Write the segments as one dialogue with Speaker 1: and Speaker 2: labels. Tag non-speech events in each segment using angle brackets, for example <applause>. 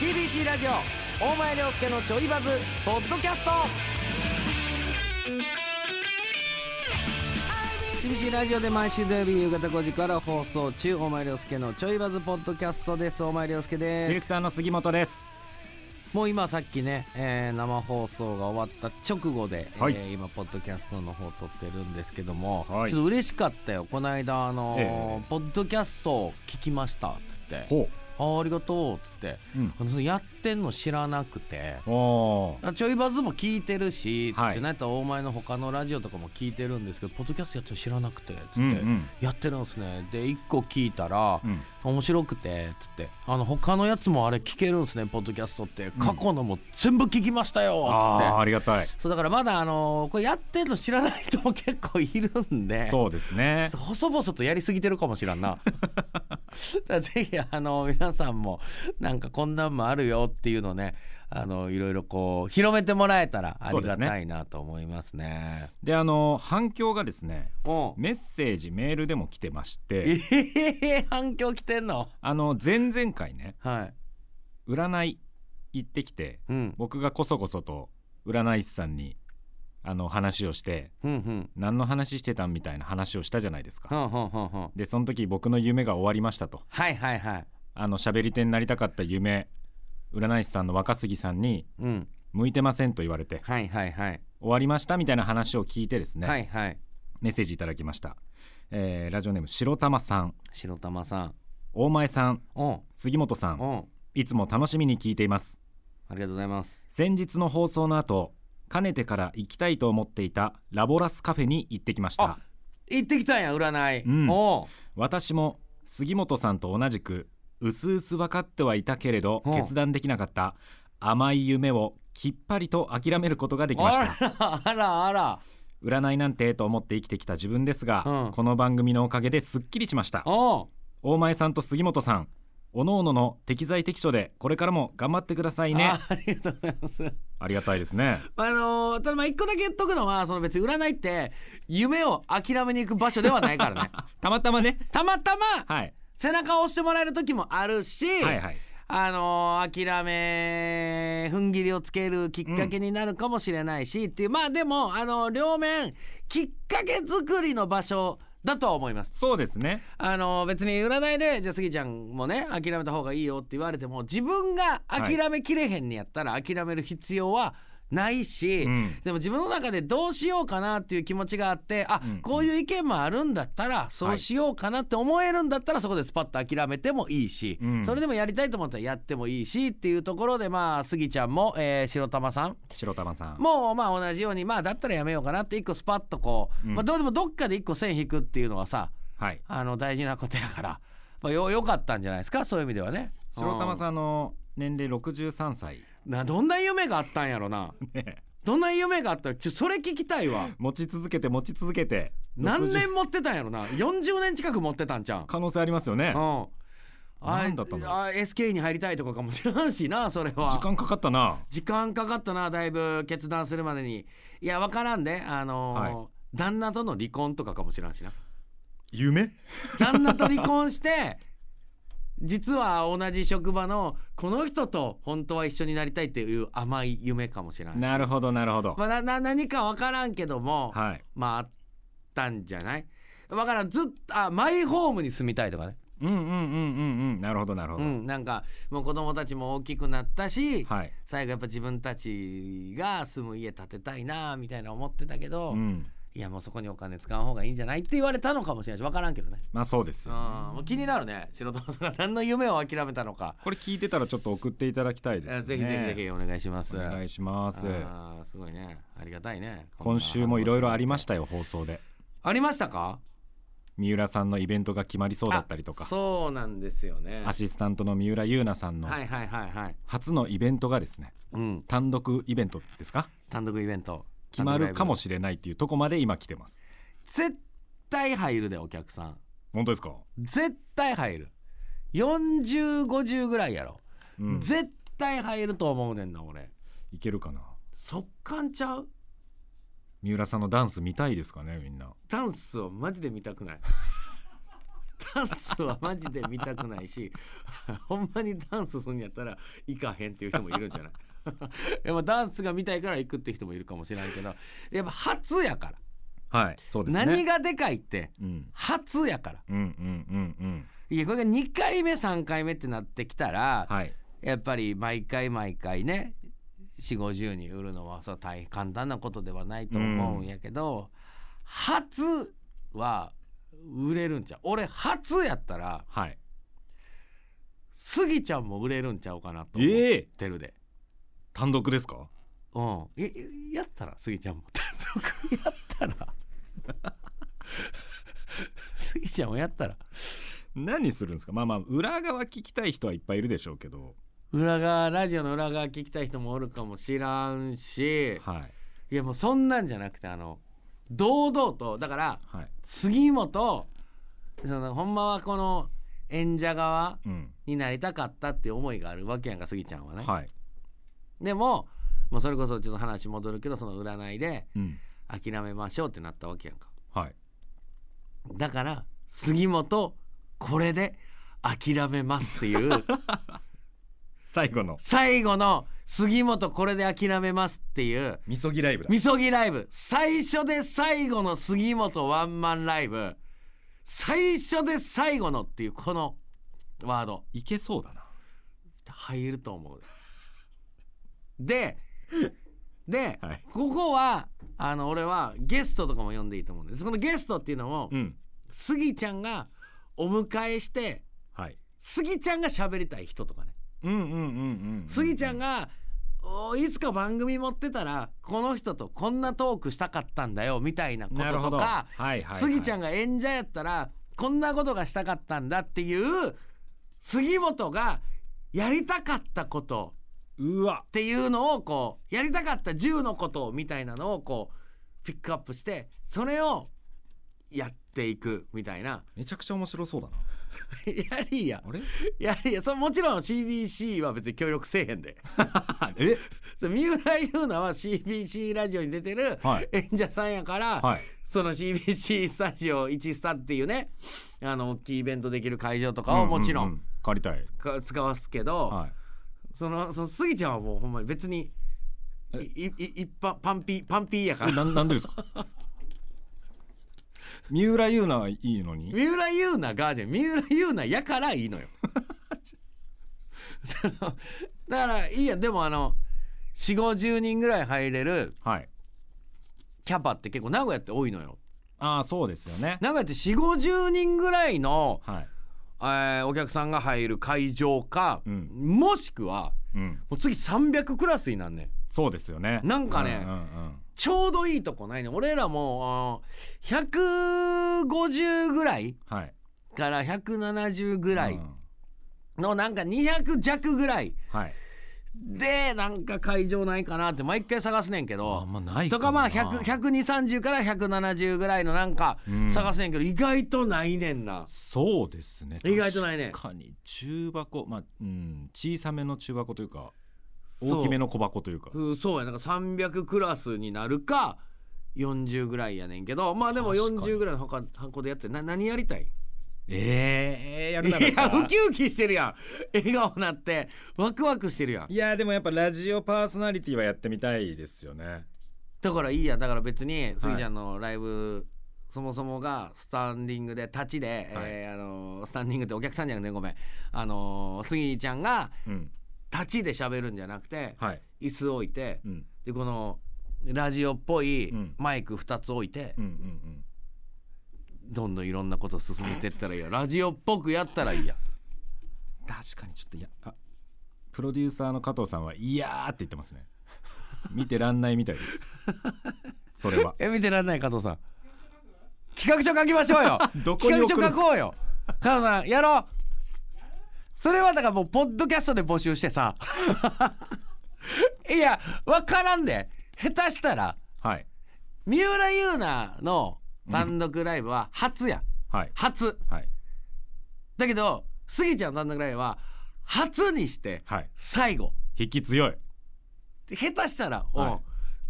Speaker 1: ABC ラジオ大前涼介のちょいバズポッドキャスト ABC ラジオで毎週土曜日夕方5時から放送中大前涼介のちょいバズポッドキャストです大前涼介
Speaker 2: デ
Speaker 1: で
Speaker 2: ィレク
Speaker 1: す
Speaker 2: ターの杉本です。
Speaker 1: もう今さっきね、えー生放送が終わった直後で、
Speaker 2: はい
Speaker 1: えー今ポッドキャストの方撮ってるんですけども、
Speaker 2: はい
Speaker 1: ちょっと嬉しかったよこの間あのー
Speaker 2: え
Speaker 1: ポッドキャストを聞きましたっつって
Speaker 2: ほ
Speaker 1: あありがとうっつって、
Speaker 2: うん
Speaker 1: あのやってんの知らなくて
Speaker 2: う。お
Speaker 1: あちょいバズも聞いてるし、
Speaker 2: は
Speaker 1: つ
Speaker 2: い
Speaker 1: ってなんやったら大前の他のラジオとかも聞いてるんですけどポッドキャストやってるの知らなくてつって、
Speaker 2: うんうん
Speaker 1: やってるんですねで1個聞いたら、
Speaker 2: うん
Speaker 1: 面白くてつってあの他のやつもあれ聞けるんですねポッドキャストって過去のも全部聞きましたよ
Speaker 2: ー。
Speaker 1: つって
Speaker 2: ああー、ありがたい。
Speaker 1: そうだからまだあのーこれやってるの知らない人も結構いるんで
Speaker 2: そうですね。
Speaker 1: 細々とやりすぎてるかもしらん
Speaker 2: <laughs>
Speaker 1: な。だからぜひ、あの、皆さんも、なんかこんなんもあるよっていうのをね、あの、いろいろこう、広めてもらえたらありがたいなと思いますね。
Speaker 2: で、あの、反響がですね、
Speaker 1: うん。
Speaker 2: メッセージ、メールでも来てまし
Speaker 1: <laughs> えー、
Speaker 2: て、
Speaker 1: 反響来てんの
Speaker 2: あの、前々回ね、
Speaker 1: はい。
Speaker 2: 占い行ってきて、
Speaker 1: うん。
Speaker 2: 僕がこそこそと占い師さんに、あの、話をして、
Speaker 1: うんうん。
Speaker 2: 何の話してたんみたいな話をしたじゃないです
Speaker 1: は
Speaker 2: か。
Speaker 1: んはんはんはん。
Speaker 2: で、その時僕の夢が終わりましたと。
Speaker 1: はいはいはい。
Speaker 2: あの、喋り手になりたかった夢、占い師さんの若杉さんに、
Speaker 1: うん。
Speaker 2: 向いてませんと言われて、
Speaker 1: はいはいはい。
Speaker 2: 終わりましたみたいな話を聞いてですね、
Speaker 1: はいはい。
Speaker 2: メッセージいただきました、えーラジオネーム白玉さん
Speaker 1: 白玉さん。
Speaker 2: 大前さん
Speaker 1: うん。
Speaker 2: 杉本さ
Speaker 1: うんん。
Speaker 2: いつも楽しみに聞いています
Speaker 1: ありがとうございます。
Speaker 2: 先日の放送の後かねてから行きたいと思っていたラボラスカフェに行ってきまし
Speaker 1: あ
Speaker 2: た
Speaker 1: 行ってきたんや、占い。
Speaker 2: うん
Speaker 1: おう
Speaker 2: 私も杉本さんと同じくうすうす分かってはいたけれど
Speaker 1: うん
Speaker 2: 決断できなかった甘い夢をきっぱりと諦めることができました
Speaker 1: あらあらあら。
Speaker 2: 占いなんてと思って生きてきた自分ですが、
Speaker 1: うん
Speaker 2: この番組のおかげですっきりしました
Speaker 1: おう
Speaker 2: 大前さんと杉本さんおのおのの適材適所でこれからも頑張ってくださいね
Speaker 1: あありがとうございます。
Speaker 2: ありがたいですね
Speaker 1: あのーただまあ一個だけ言っとくのはその別に占いって夢を諦めに行く場所ではない <laughs> からね
Speaker 2: たまたまね
Speaker 1: <laughs> たまたま
Speaker 2: はい
Speaker 1: 背中を押してもらえる時もあるし、
Speaker 2: はいはい
Speaker 1: あのー諦め踏ん切りをつけるきっかけになるかもしれないし、っていうまあでも、あのー両面きっかけ作りの場所だとは思います。
Speaker 2: そうですね
Speaker 1: あの別に占いでじゃあスギちゃんもね諦めた方がいいよって言われても自分が諦めきれへんにやったら諦める必要はないし、
Speaker 2: うん
Speaker 1: でも自分の中でどうしようかなっていう気持ちがあってあ、
Speaker 2: うん
Speaker 1: こういう意見もあるんだったらそうしようかなって思えるんだったらそこでスパッと諦めてもいいし、
Speaker 2: うん
Speaker 1: それでもやりたいと思ったらやってもいいしっていうところでまあスギちゃんも、えー白玉さん
Speaker 2: 白玉さん
Speaker 1: もうまあ同じようにまあだったらやめようかなって一個スパッとこう、
Speaker 2: うん
Speaker 1: まあどうでもどっかで一個線引くっていうのはさ
Speaker 2: はい
Speaker 1: あの大事なことやから、まあ、よよかったんじゃないですかそういう意味ではね
Speaker 2: 白玉さんの年齢63歳
Speaker 1: うんなどんな夢があったんやろな
Speaker 2: ね
Speaker 1: どんな夢があったちょそれ聞きたい
Speaker 2: <laughs>
Speaker 1: わ
Speaker 2: 持ち続けて持ち続けて
Speaker 1: 何
Speaker 2: 60
Speaker 1: 年持ってたんやろな40年近く持ってたんちゃうん
Speaker 2: 可能性ありますよね
Speaker 1: うんあ
Speaker 2: 何だったんだろう
Speaker 1: あ SK に入りたいとかかもしれんしなそれは
Speaker 2: 時間かかったな
Speaker 1: 時間かかったなだいぶ決断するまでにいやわからんで、あのー
Speaker 2: は
Speaker 1: 旦那との離婚とかかもしれんしな
Speaker 2: 夢
Speaker 1: 旦那と離婚して実は同じ職場のこの人と本当は一緒になりたいっていう甘い夢かもしれない、
Speaker 2: なるほどなるほど
Speaker 1: まあ、なな何か分からんけども、
Speaker 2: はい
Speaker 1: まああったんじゃない分からんずっとあマイホームに住みたいとかね、
Speaker 2: うんうんうんうんうんなるほどなるほ
Speaker 1: う
Speaker 2: ど
Speaker 1: ん、なんかもう子供たちも大きくなったし、
Speaker 2: はい
Speaker 1: 最後やっぱ自分たちが住む家建てたいなみたいな思ってたけど、
Speaker 2: うん
Speaker 1: いやもうそこにお金使う方がいいんじゃないって言われたのかもしれないし分からんけどね。
Speaker 2: まあそうですよ
Speaker 1: あもう気になるね白玉さん
Speaker 2: <laughs>
Speaker 1: が何の夢を諦めたのか、
Speaker 2: これ聞いてたらちょっと送っていただきたいです
Speaker 1: え
Speaker 2: ね
Speaker 1: ぜひぜひぜひお願いします
Speaker 2: お願いします
Speaker 1: あーすごいねありがたいね
Speaker 2: 今週もいろいろありましたたよ放送で
Speaker 1: ありましたか
Speaker 2: 三浦さんのイベントが決まりそうだったりと
Speaker 1: あ
Speaker 2: か
Speaker 1: そうなんですよね
Speaker 2: アシスタントの三浦優奈さんの
Speaker 1: はいはいはいはい
Speaker 2: 初のイベントがですね
Speaker 1: うん
Speaker 2: 単独イベントですか
Speaker 1: 単独イベント
Speaker 2: 決まるかも
Speaker 1: し
Speaker 2: しれないっていうとこまで今来てます
Speaker 1: れない絶対入るでお客さん
Speaker 2: 本当ですか、
Speaker 1: 絶対入る4050ぐらいやろ、
Speaker 2: うん、
Speaker 1: 絶対入ると思うねんな俺
Speaker 2: いけるかな
Speaker 1: 速乾ちゃう
Speaker 2: 三浦さんのダンス見たいですかねみんな
Speaker 1: ダンスをマジで見たくないダンスはマジで見たくないしほんまにダンスするんやったら行かへんっていう人もいるんじゃない <laughs> やっぱダンスが見たいから行くって人もいるかもしれないけどやっぱ初やから、
Speaker 2: はいそうですね
Speaker 1: 何がでかいって
Speaker 2: うん
Speaker 1: 初やから
Speaker 2: うんうんうん
Speaker 1: いやこれが2回目3回目ってなってきたら、
Speaker 2: うんはい
Speaker 1: やっぱり毎回毎回ね4 5 0人売るのはそう大変簡単なことではないと思うんやけど、初は売れるんちゃう俺初やったら
Speaker 2: はい
Speaker 1: スギちゃんも売れるんちゃうかなと思っ
Speaker 2: ええ
Speaker 1: てるで、
Speaker 2: 単独ですか
Speaker 1: うんえやったらスギちゃんも <laughs> 単独やったら <laughs> スギちゃんもやったら
Speaker 2: 何するんですかまあまあ裏側聞きたい人はいっぱいいるでしょうけど
Speaker 1: 裏側ラジオの裏側聞きたい人もおるかもしらんし
Speaker 2: はい
Speaker 1: いやもうそんなんじゃなくてあの堂々とだから
Speaker 2: はい
Speaker 1: 杉本そのほんまはこの演者側
Speaker 2: うん
Speaker 1: になりたかったっていう思いがあるわけやんか杉ちゃんはね、
Speaker 2: はい
Speaker 1: でももうそれこそちょっと話戻るけどその占いで
Speaker 2: うん
Speaker 1: 諦めましょうってなったわけやんか
Speaker 2: はい
Speaker 1: だから杉本これで諦めますっていう
Speaker 2: 最後の
Speaker 1: 最後の杉本これで諦めますっていう
Speaker 2: みそぎライブだ
Speaker 1: みそぎライブ最初で最後の杉本ワンマンライブ最初で最後のっていうこのワード
Speaker 2: いけそうだな
Speaker 1: 入ると思うでで、
Speaker 2: はい
Speaker 1: ここはあの俺はゲストとかも呼んでいいと思うんですこのゲストっていうのも、
Speaker 2: うん
Speaker 1: スギちゃんがお迎えして
Speaker 2: はい
Speaker 1: スギちゃんが喋りたい人とかね
Speaker 2: うんうんうんうん
Speaker 1: スギちゃん
Speaker 2: が
Speaker 1: がおいつか番組持ってたらこの人とこんなトークしたかったんだよみたいなこ
Speaker 2: なる
Speaker 1: と
Speaker 2: ほ
Speaker 1: と
Speaker 2: どは
Speaker 1: か
Speaker 2: いはいはい
Speaker 1: スギちゃんが演者やったらこんなことがしたかったんだっていう杉本がやりたかったこと
Speaker 2: うわ
Speaker 1: っていうのをこうやりたかった10のことみたいなのをこうピックアップしてそれをやっていくみたいな <laughs>
Speaker 2: めちゃくちゃ面白そうだな
Speaker 1: やりや
Speaker 2: あれ
Speaker 1: やりやそもちろん CBC は別に協力せえへんで
Speaker 2: <laughs> え
Speaker 1: そう三浦優奈は CBC ラジオに出てる
Speaker 2: はい
Speaker 1: 演者さんやから、
Speaker 2: はい
Speaker 1: その CBC スタジオ1スタっていうねあの大きいイベントできる会場とかをもちろ
Speaker 2: うんうう借りたい
Speaker 1: か使わすけど、
Speaker 2: はい
Speaker 1: そのそのスギちゃんはもうほんまに別にいいい一般パンピーパンピーやか
Speaker 2: え <laughs>
Speaker 1: ら
Speaker 2: なんなんでですか三浦優奈はいいのに
Speaker 1: 三浦優奈がじゃん三浦優奈やからいい
Speaker 2: <laughs>
Speaker 1: のよそのだからいいやんでもあの4 5 0人ぐらい入れる
Speaker 2: はい
Speaker 1: キャパって結構名古屋って多いのよ
Speaker 2: ああそうですよね
Speaker 1: 名古屋って4 5 0人ぐらいの、
Speaker 2: はい
Speaker 1: えーお客さんが入る会場か、
Speaker 2: うん
Speaker 1: もしくは
Speaker 2: うん
Speaker 1: もう次300クラスになんねん
Speaker 2: そうですよね
Speaker 1: なんかね
Speaker 2: うんうん
Speaker 1: ちょうどいいとこないねん俺らもうあの150ぐらい
Speaker 2: うんはい
Speaker 1: から170ぐら
Speaker 2: う
Speaker 1: い
Speaker 2: ん
Speaker 1: のなんか200弱ぐらい
Speaker 2: はい
Speaker 1: でなんか会場ないかなって毎回探すねんけ
Speaker 2: あ
Speaker 1: ど
Speaker 2: んまない
Speaker 1: とかまあ12030から170ぐらいのなんか
Speaker 2: うん
Speaker 1: 探すねんけど意外とないねんな。
Speaker 2: そうですね
Speaker 1: 意外とないね
Speaker 2: 確かに中箱まあうん小さめの中箱というか
Speaker 1: そう
Speaker 2: 大きめの小箱というか
Speaker 1: うんそうやなんか300クラスになるか40ぐらいやねんけどまあでも
Speaker 2: 確かに
Speaker 1: 40ぐらいの箱箱でやってな何やりたい
Speaker 2: ええや
Speaker 1: い
Speaker 2: るなら
Speaker 1: やウ
Speaker 2: さ
Speaker 1: キウキしてるやん笑顔なってワクワクしてるやん
Speaker 2: いやでもやっぱラジオパーソナリティはやってみたいですよね
Speaker 1: だからいいやだから別にスギちゃんのライブ、そもそもがスタンディングで立ちで、
Speaker 2: はい
Speaker 1: えーあのースタンディングってお客さんじゃなくてごめんあのースギちゃんが
Speaker 2: うん
Speaker 1: 立ちで喋るんじゃなくて
Speaker 2: はい
Speaker 1: 椅子置いて
Speaker 2: うん
Speaker 1: でこのラジオっぽい
Speaker 2: うん
Speaker 1: マイク2つ置いて、
Speaker 2: うんうんうん
Speaker 1: どんどんいろんなこと進めてったらいいやラジオっぽくやったらいいや
Speaker 2: 確かにちょっといやあプロデューサーの加藤さんは「いやー」って言ってますね <laughs> 見てらんないみたいですそれは
Speaker 1: え見てらんない加藤さん企画書書きましょ <laughs> うよ
Speaker 2: どこ
Speaker 1: 企画
Speaker 2: に
Speaker 1: 書
Speaker 2: 送るんで
Speaker 1: 書
Speaker 2: すか
Speaker 1: こうよ加藤さんやろうそれはだからもうポッドキャストで募集してさ <laughs> いや分からんで下手したら
Speaker 2: はい
Speaker 1: 三浦優奈の単独ライブは初や、
Speaker 2: はい
Speaker 1: 初
Speaker 2: はい
Speaker 1: だけどスギちゃんの単独ライブは初にして
Speaker 2: はい
Speaker 1: 最後
Speaker 2: 引き強い
Speaker 1: 下手したら、
Speaker 2: はい
Speaker 1: うん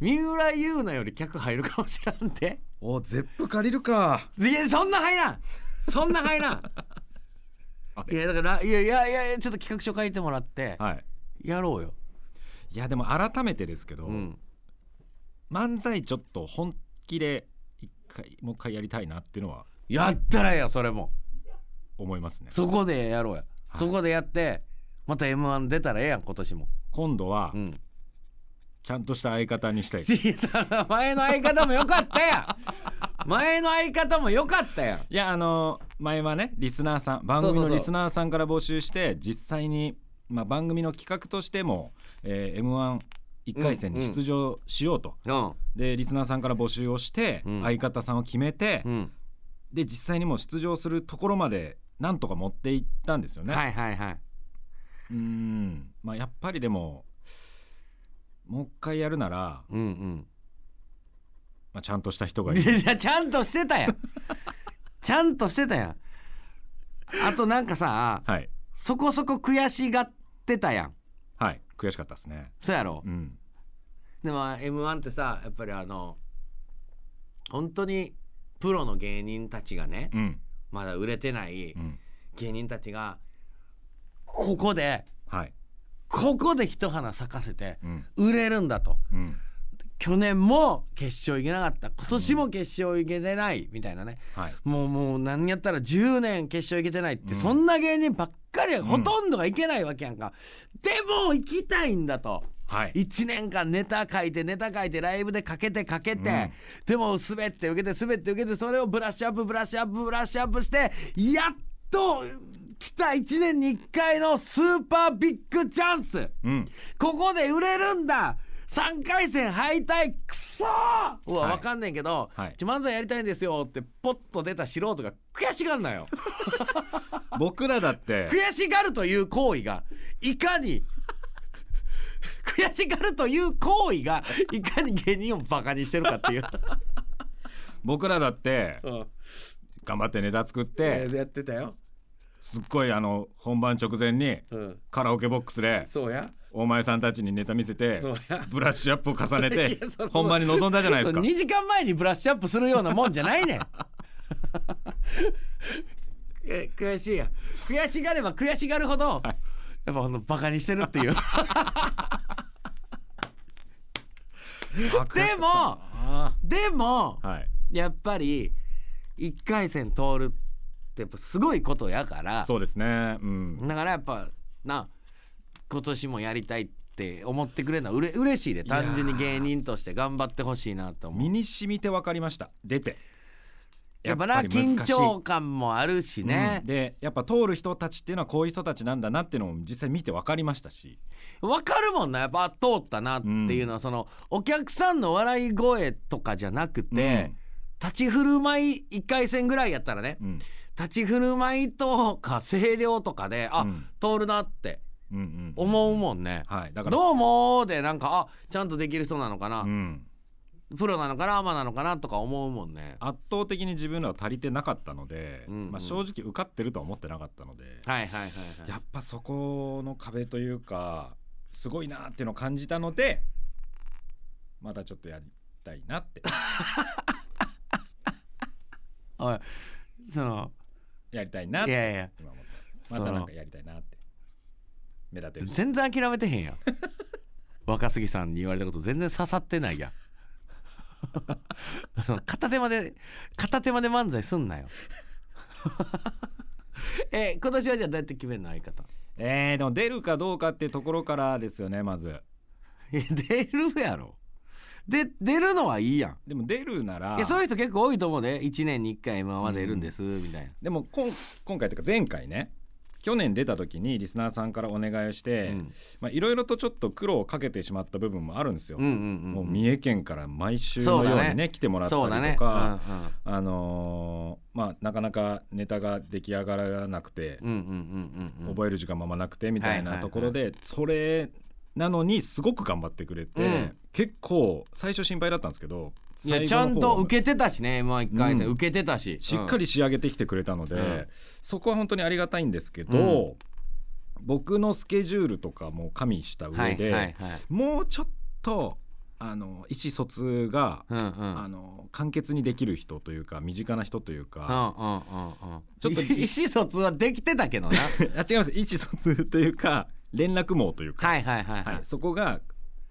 Speaker 1: 三浦 <laughs> 優奈より客入るかもしらんて
Speaker 2: おゼップ借りるか
Speaker 1: いやそんな入らんそんな入ら <laughs> ん
Speaker 2: あ
Speaker 1: いやだからいやいやいやいやちょっと企画書書いてもらって
Speaker 2: はい
Speaker 1: やろうよ、
Speaker 2: いやでも改めてですけど、
Speaker 1: うん、
Speaker 2: 漫才ちょっと本気で一回もう一回やりたいなっていうのは
Speaker 1: やったらええよそれも
Speaker 2: 思いますね
Speaker 1: そこでやろうや、
Speaker 2: はい
Speaker 1: そこでやってまた m 1出たらええやん今年も、
Speaker 2: 今度は
Speaker 1: うん、
Speaker 2: ちゃんとした相方にしたい、
Speaker 1: じいさん前の相方もよかったや <laughs> ん前の相方もよかったやん
Speaker 2: いやあの前はねリスナーさん番組
Speaker 1: そうそう
Speaker 2: の
Speaker 1: そう
Speaker 2: リスナーさんから募集して実際に、まあ、番組の企画としても、え m 1 1回戦に出場しようと、
Speaker 1: うん
Speaker 2: でリスナーさんから募集をして、
Speaker 1: うん
Speaker 2: 相方さんを決めて、
Speaker 1: うん
Speaker 2: で実際にもう出場するところまでなんとか持っていったんですよね。
Speaker 1: はいはいはいう
Speaker 2: ーんまあ、やっぱりでももう一回やるなら、
Speaker 1: うん
Speaker 2: まあ、ちゃんとした人
Speaker 1: う
Speaker 2: が
Speaker 1: ん
Speaker 2: いい
Speaker 1: いやちゃんとしてたやんちゃんとしてたやんあとなんかさ
Speaker 2: はい
Speaker 1: そこそこ悔しがってたやん
Speaker 2: はい悔しかったですね。
Speaker 1: そうやろ
Speaker 2: うん、
Speaker 1: でも m 1ってさやっぱりあの本当にプロの芸人たちがね
Speaker 2: うん、
Speaker 1: まだ売れてない
Speaker 2: うん、
Speaker 1: 芸人たちがここで
Speaker 2: はい、
Speaker 1: ここで一花咲かせて
Speaker 2: うん、
Speaker 1: 売れるんだと
Speaker 2: うん、
Speaker 1: 去年も決勝行けなかった今年も決勝行けてないみたいなね、
Speaker 2: はい、
Speaker 1: もうもう何やったら10年決勝行けてないって、
Speaker 2: うん
Speaker 1: そんな芸人ばっかりや
Speaker 2: うん
Speaker 1: ほとんどが行けないわけやんか、でも行きたいんだと
Speaker 2: はい、
Speaker 1: 1年間ネタ書いてネタ書いてライブでかけてかけて、
Speaker 2: うん
Speaker 1: でも滑って受けて滑って受けてそれをブラッシュアップブラッシュアップブラッシュアップしてやっと来た1年に1回のスーパービッグチャンス
Speaker 2: うん、
Speaker 1: ここで売れるんだ3回戦敗退くそーうわ、
Speaker 2: はい
Speaker 1: わかんねんけど、
Speaker 2: はい
Speaker 1: ちょ漫才やりたいんですよってポッと出た素人が悔しがるなよ
Speaker 2: 僕らだって
Speaker 1: 悔しがるという行為がいかに <laughs> 悔しがるという行為がいかに芸人をバカにしてるかっていう、
Speaker 2: 僕らだって
Speaker 1: <laughs> うん
Speaker 2: 頑張ってネタ作って
Speaker 1: やってたよ、
Speaker 2: すっごいあの本番直前に
Speaker 1: うん、
Speaker 2: カラオケボックスで
Speaker 1: そうや
Speaker 2: お前さんたちにネタ見せて
Speaker 1: そうや
Speaker 2: ブラッシュアップを重ね
Speaker 1: い
Speaker 2: て
Speaker 1: やその
Speaker 2: 本番に臨んだじゃないですか
Speaker 1: 2時間前にブラッシュアップするようなもんじゃないねん <laughs> え悔しいやん悔しがれば悔しがるほど、やっぱこのバカにしてるっていう <laughs>
Speaker 2: あ悔しかった
Speaker 1: でも
Speaker 2: な
Speaker 1: でも
Speaker 2: はい
Speaker 1: やっぱり1回戦通るってやっぱすごいことやから
Speaker 2: そうですねうん
Speaker 1: だからやっぱな今年もやりたいって思ってくれるのはうれ嬉しいで単純に芸人として頑張ってほしいなと思う
Speaker 2: 身に染みて分かりました出て
Speaker 1: やっぱな
Speaker 2: り
Speaker 1: 緊
Speaker 2: 難しい
Speaker 1: 張感もあるしね
Speaker 2: うん、でやっぱ通る人たちっていうのはこういう人たちなんだなっていうのも実際見て分かりましたし
Speaker 1: わかるもんなやっぱあ通ったなっていうのは、そのお客さんの笑い声とかじゃなくて、立ち振る舞い1回戦ぐらいやったらね
Speaker 2: うんうん
Speaker 1: 立ち振る舞いとか声量とかであ、
Speaker 2: うん
Speaker 1: 通るなって
Speaker 2: うんうん
Speaker 1: 思うもんね。
Speaker 2: はいだから
Speaker 1: どうもーでなんかあちゃんとできる人なのかな、
Speaker 2: うん
Speaker 1: プロなのかなアマなのかなとか思うもんね。
Speaker 2: 圧倒的に自分らは足りてなかったので、
Speaker 1: うんうん
Speaker 2: まあ、正直受かってるとは思ってなかったので、
Speaker 1: はいはいはいはい。
Speaker 2: やっぱそこの壁というかすごいなっていうのを感じたのでまたちょっとやりたいなって
Speaker 1: <laughs> おいその
Speaker 2: やりたいなっ
Speaker 1: い
Speaker 2: て
Speaker 1: やいや
Speaker 2: 今思ってますまたなんかやりたいなって目立てるし
Speaker 1: 全然諦めてへん <laughs> やん若杉さんに言われたこと全然刺さってないやん <laughs> その片手まで片手まで漫才すんなよ <laughs> え今年はじゃあどうやって決めるの相方
Speaker 2: えー、でも出るかどうかってところからですよねまず
Speaker 1: いや出るやろで出るのはいいやん
Speaker 2: でも出るなら
Speaker 1: いやそういう人結構多いと思うで1年に1回 m 1は出るんですみたいな、
Speaker 2: でもこん今回というか前回ね去年出た時にリスナーさんからお願いをして
Speaker 1: うん
Speaker 2: まあいろいろとちょっと苦労をかけてしまった部分もあるんですよ、
Speaker 1: うんうん
Speaker 2: もう
Speaker 1: うん
Speaker 2: 三重県から毎週のよ
Speaker 1: そ
Speaker 2: う
Speaker 1: う
Speaker 2: に
Speaker 1: だ
Speaker 2: ね
Speaker 1: ね
Speaker 2: 来てもらったり
Speaker 1: そう
Speaker 2: とか、
Speaker 1: だねう
Speaker 2: あのーまあなかなかネタが出来上がらなくて、
Speaker 1: んうんうんうんうんうん
Speaker 2: 覚える時間もあんまなくてみたい
Speaker 1: はいはいは
Speaker 2: ないところで、それなのにすごく頑張ってくれて、
Speaker 1: うん
Speaker 2: 結構最初心配だったんですけど
Speaker 1: いやちゃんと受
Speaker 2: け
Speaker 1: けてたしね m 1 1回戦、
Speaker 2: うん
Speaker 1: 受けてたし
Speaker 2: しっかり仕上げてきてくれたので、
Speaker 1: うん
Speaker 2: そこは本当にありがたいんですけど、
Speaker 1: う
Speaker 2: 僕のスケジュールとかも加味した
Speaker 1: うんは
Speaker 2: 上
Speaker 1: い
Speaker 2: で、
Speaker 1: はいはい
Speaker 2: もうちょっとあの意思疎通が、
Speaker 1: うんうん
Speaker 2: あの簡潔にできる人というか身近な人という
Speaker 1: うんう
Speaker 2: か、
Speaker 1: んうんうん
Speaker 2: ちょ
Speaker 1: <laughs>
Speaker 2: っと
Speaker 1: 意思疎通はできてたけど
Speaker 2: <laughs>
Speaker 1: な
Speaker 2: あ違います意思疎通というか連絡網というか、
Speaker 1: はいはいはいはい、
Speaker 2: はいそこが、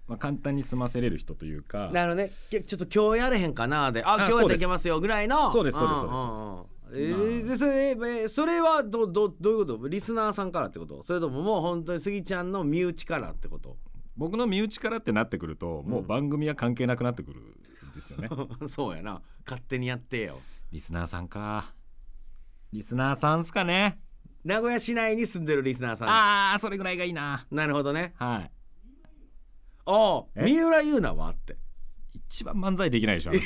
Speaker 2: まあ、簡単に済ませれる人というか
Speaker 1: なるほどねけちょっと今日やれへんかなであ
Speaker 2: あ
Speaker 1: 今日やったらいけますよぐらいの
Speaker 2: そうですそうですそうです
Speaker 1: んうんうんえーでそれえーそれはどどどういうことリスナーさんからってことそれとももう本当にスギちゃんの身内からってこと <laughs>
Speaker 2: 僕の身内からってなってくるともう番組は関係なくなってくるんですよ <laughs> ね、
Speaker 1: そうやな勝手にやってよ
Speaker 2: リスナーさんかリスナーさんっすかね
Speaker 1: 名古屋市内に住んでるリスナーさん
Speaker 2: あーそれぐらいがいいな
Speaker 1: なるほどね
Speaker 2: はい
Speaker 1: おう
Speaker 2: え
Speaker 1: 三浦優奈はって
Speaker 2: 一番漫才できないでしょ <laughs> あの人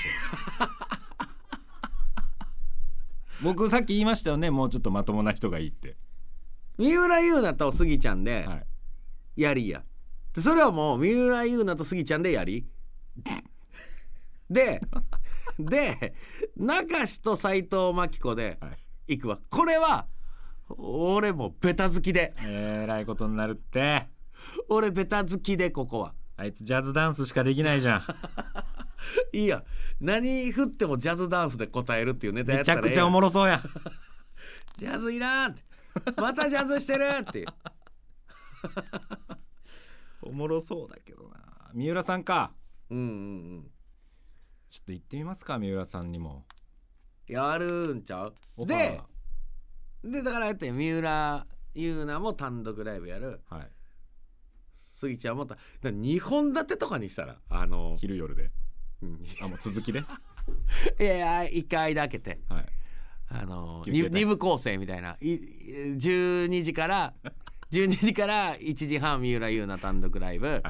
Speaker 2: 僕さっき言いましたよねもうちょっとまともな人がいいって、
Speaker 1: 三浦優奈とスギちゃんで
Speaker 2: はい、
Speaker 1: やりやでそれはもう三浦優奈とスギちゃんでやりでで中志と斎藤真希子で
Speaker 2: はい
Speaker 1: 行くわこれは俺もベタ好きで
Speaker 2: えらいことになるって
Speaker 1: 俺ベタ好きでここは
Speaker 2: あいつジャズダンスしかできない <laughs> じゃん
Speaker 1: いいや何振ってもジャズダンスで答えるっていうネタや
Speaker 2: め
Speaker 1: っ
Speaker 2: ち
Speaker 1: た
Speaker 2: ゃ
Speaker 1: ら
Speaker 2: くちゃお
Speaker 1: ろ
Speaker 2: もろそうやん
Speaker 1: ジャズいらんってまたジャズしてるっていう
Speaker 2: おもろそうだけどな三浦さんか
Speaker 1: うんうんうん
Speaker 2: ちょっと行ってみますか三浦さんにも
Speaker 1: やるんちゃう
Speaker 2: オファー
Speaker 1: ででだからやって三浦優奈も単独ライブやる
Speaker 2: がはい、
Speaker 1: スギちゃんもただから二本立てとかにしたらあの、
Speaker 2: 昼夜で
Speaker 1: うんい
Speaker 2: あもう続 <laughs> きでは
Speaker 1: やいや一回だけて
Speaker 2: い
Speaker 1: あの
Speaker 2: 休憩
Speaker 1: 二
Speaker 2: ね
Speaker 1: 二部構成みたいない12時から12時から1時半三浦優奈単独ライブ、
Speaker 2: はい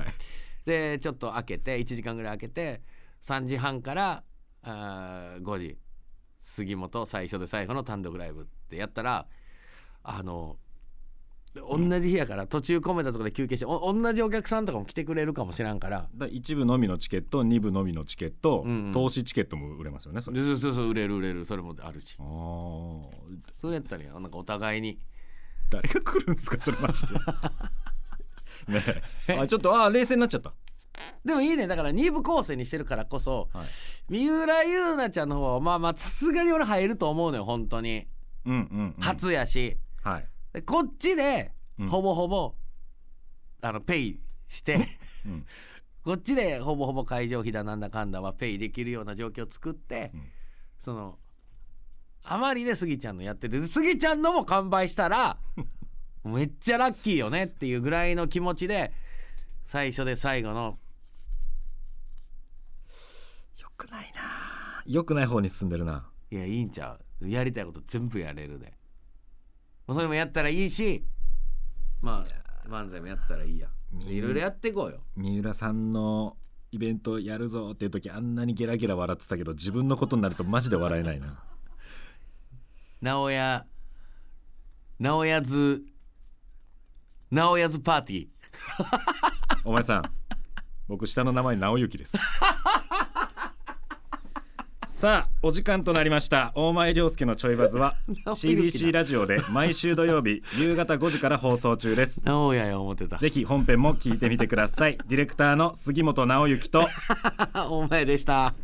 Speaker 1: でちょっと開けて1時間ぐらい開けて3時半からあー5時杉本最初で最後の単独ライブってやったらあの同じ日やから途中込めたところで休憩してお同じお客さんとかも来てくれるかもしらんから
Speaker 2: だ一部のみのチケット二部のみのチケット、
Speaker 1: うんうん
Speaker 2: 投資チケットも売れますよねそれ
Speaker 1: そうそうそう売れる売れるそれもあるし
Speaker 2: あー
Speaker 1: それやったらいいよなんかお互いに
Speaker 2: 誰が来るんですかそれマ <laughs> ジでねえあちょっとあー冷静になっちゃった
Speaker 1: でもいいねだから2部構成にしてるからこそ、
Speaker 2: はい
Speaker 1: 三浦優奈ちゃんの方はまあまあさすがに俺入ると思うのよ本当に
Speaker 2: うんうん、うん、
Speaker 1: 初やし、
Speaker 2: はい、
Speaker 1: でこっちで
Speaker 2: うん
Speaker 1: ほぼほぼ、あのペイして
Speaker 2: うん
Speaker 1: こっちでほぼほぼ会場費だなんだかんだはペイできるような状況を作って、
Speaker 2: うん
Speaker 1: そのあまりでスギちゃんのやっててでスギちゃんのも完売した
Speaker 2: <laughs>
Speaker 1: らめっちゃラッキーよねっていうぐらいの気持ちで最初で最後の
Speaker 2: よくないなよくない方に進んでるない
Speaker 1: やいいんちゃうやりたいこと全部やれるでもうそれもやったらいいしまあ漫才もやったらいいや
Speaker 2: うん
Speaker 1: いろいろやっていこうよ
Speaker 2: 三浦さんのイベントやるぞっていう時あんなにゲラゲラ笑ってたけど自分のことになるとマジで笑えないな
Speaker 1: 直屋直屋ズ直屋ズパーティー
Speaker 2: お前さん僕下の名前直之ですさあお時間となりました大前涼介のちょいバズは
Speaker 1: 直之だ
Speaker 2: CBC ラジオで毎週土曜日夕方5時から放送中です
Speaker 1: 直屋や思ってた
Speaker 2: ぜひ本編も聞いてみてくださいディレクターの杉本直之と
Speaker 1: <laughs> お前でした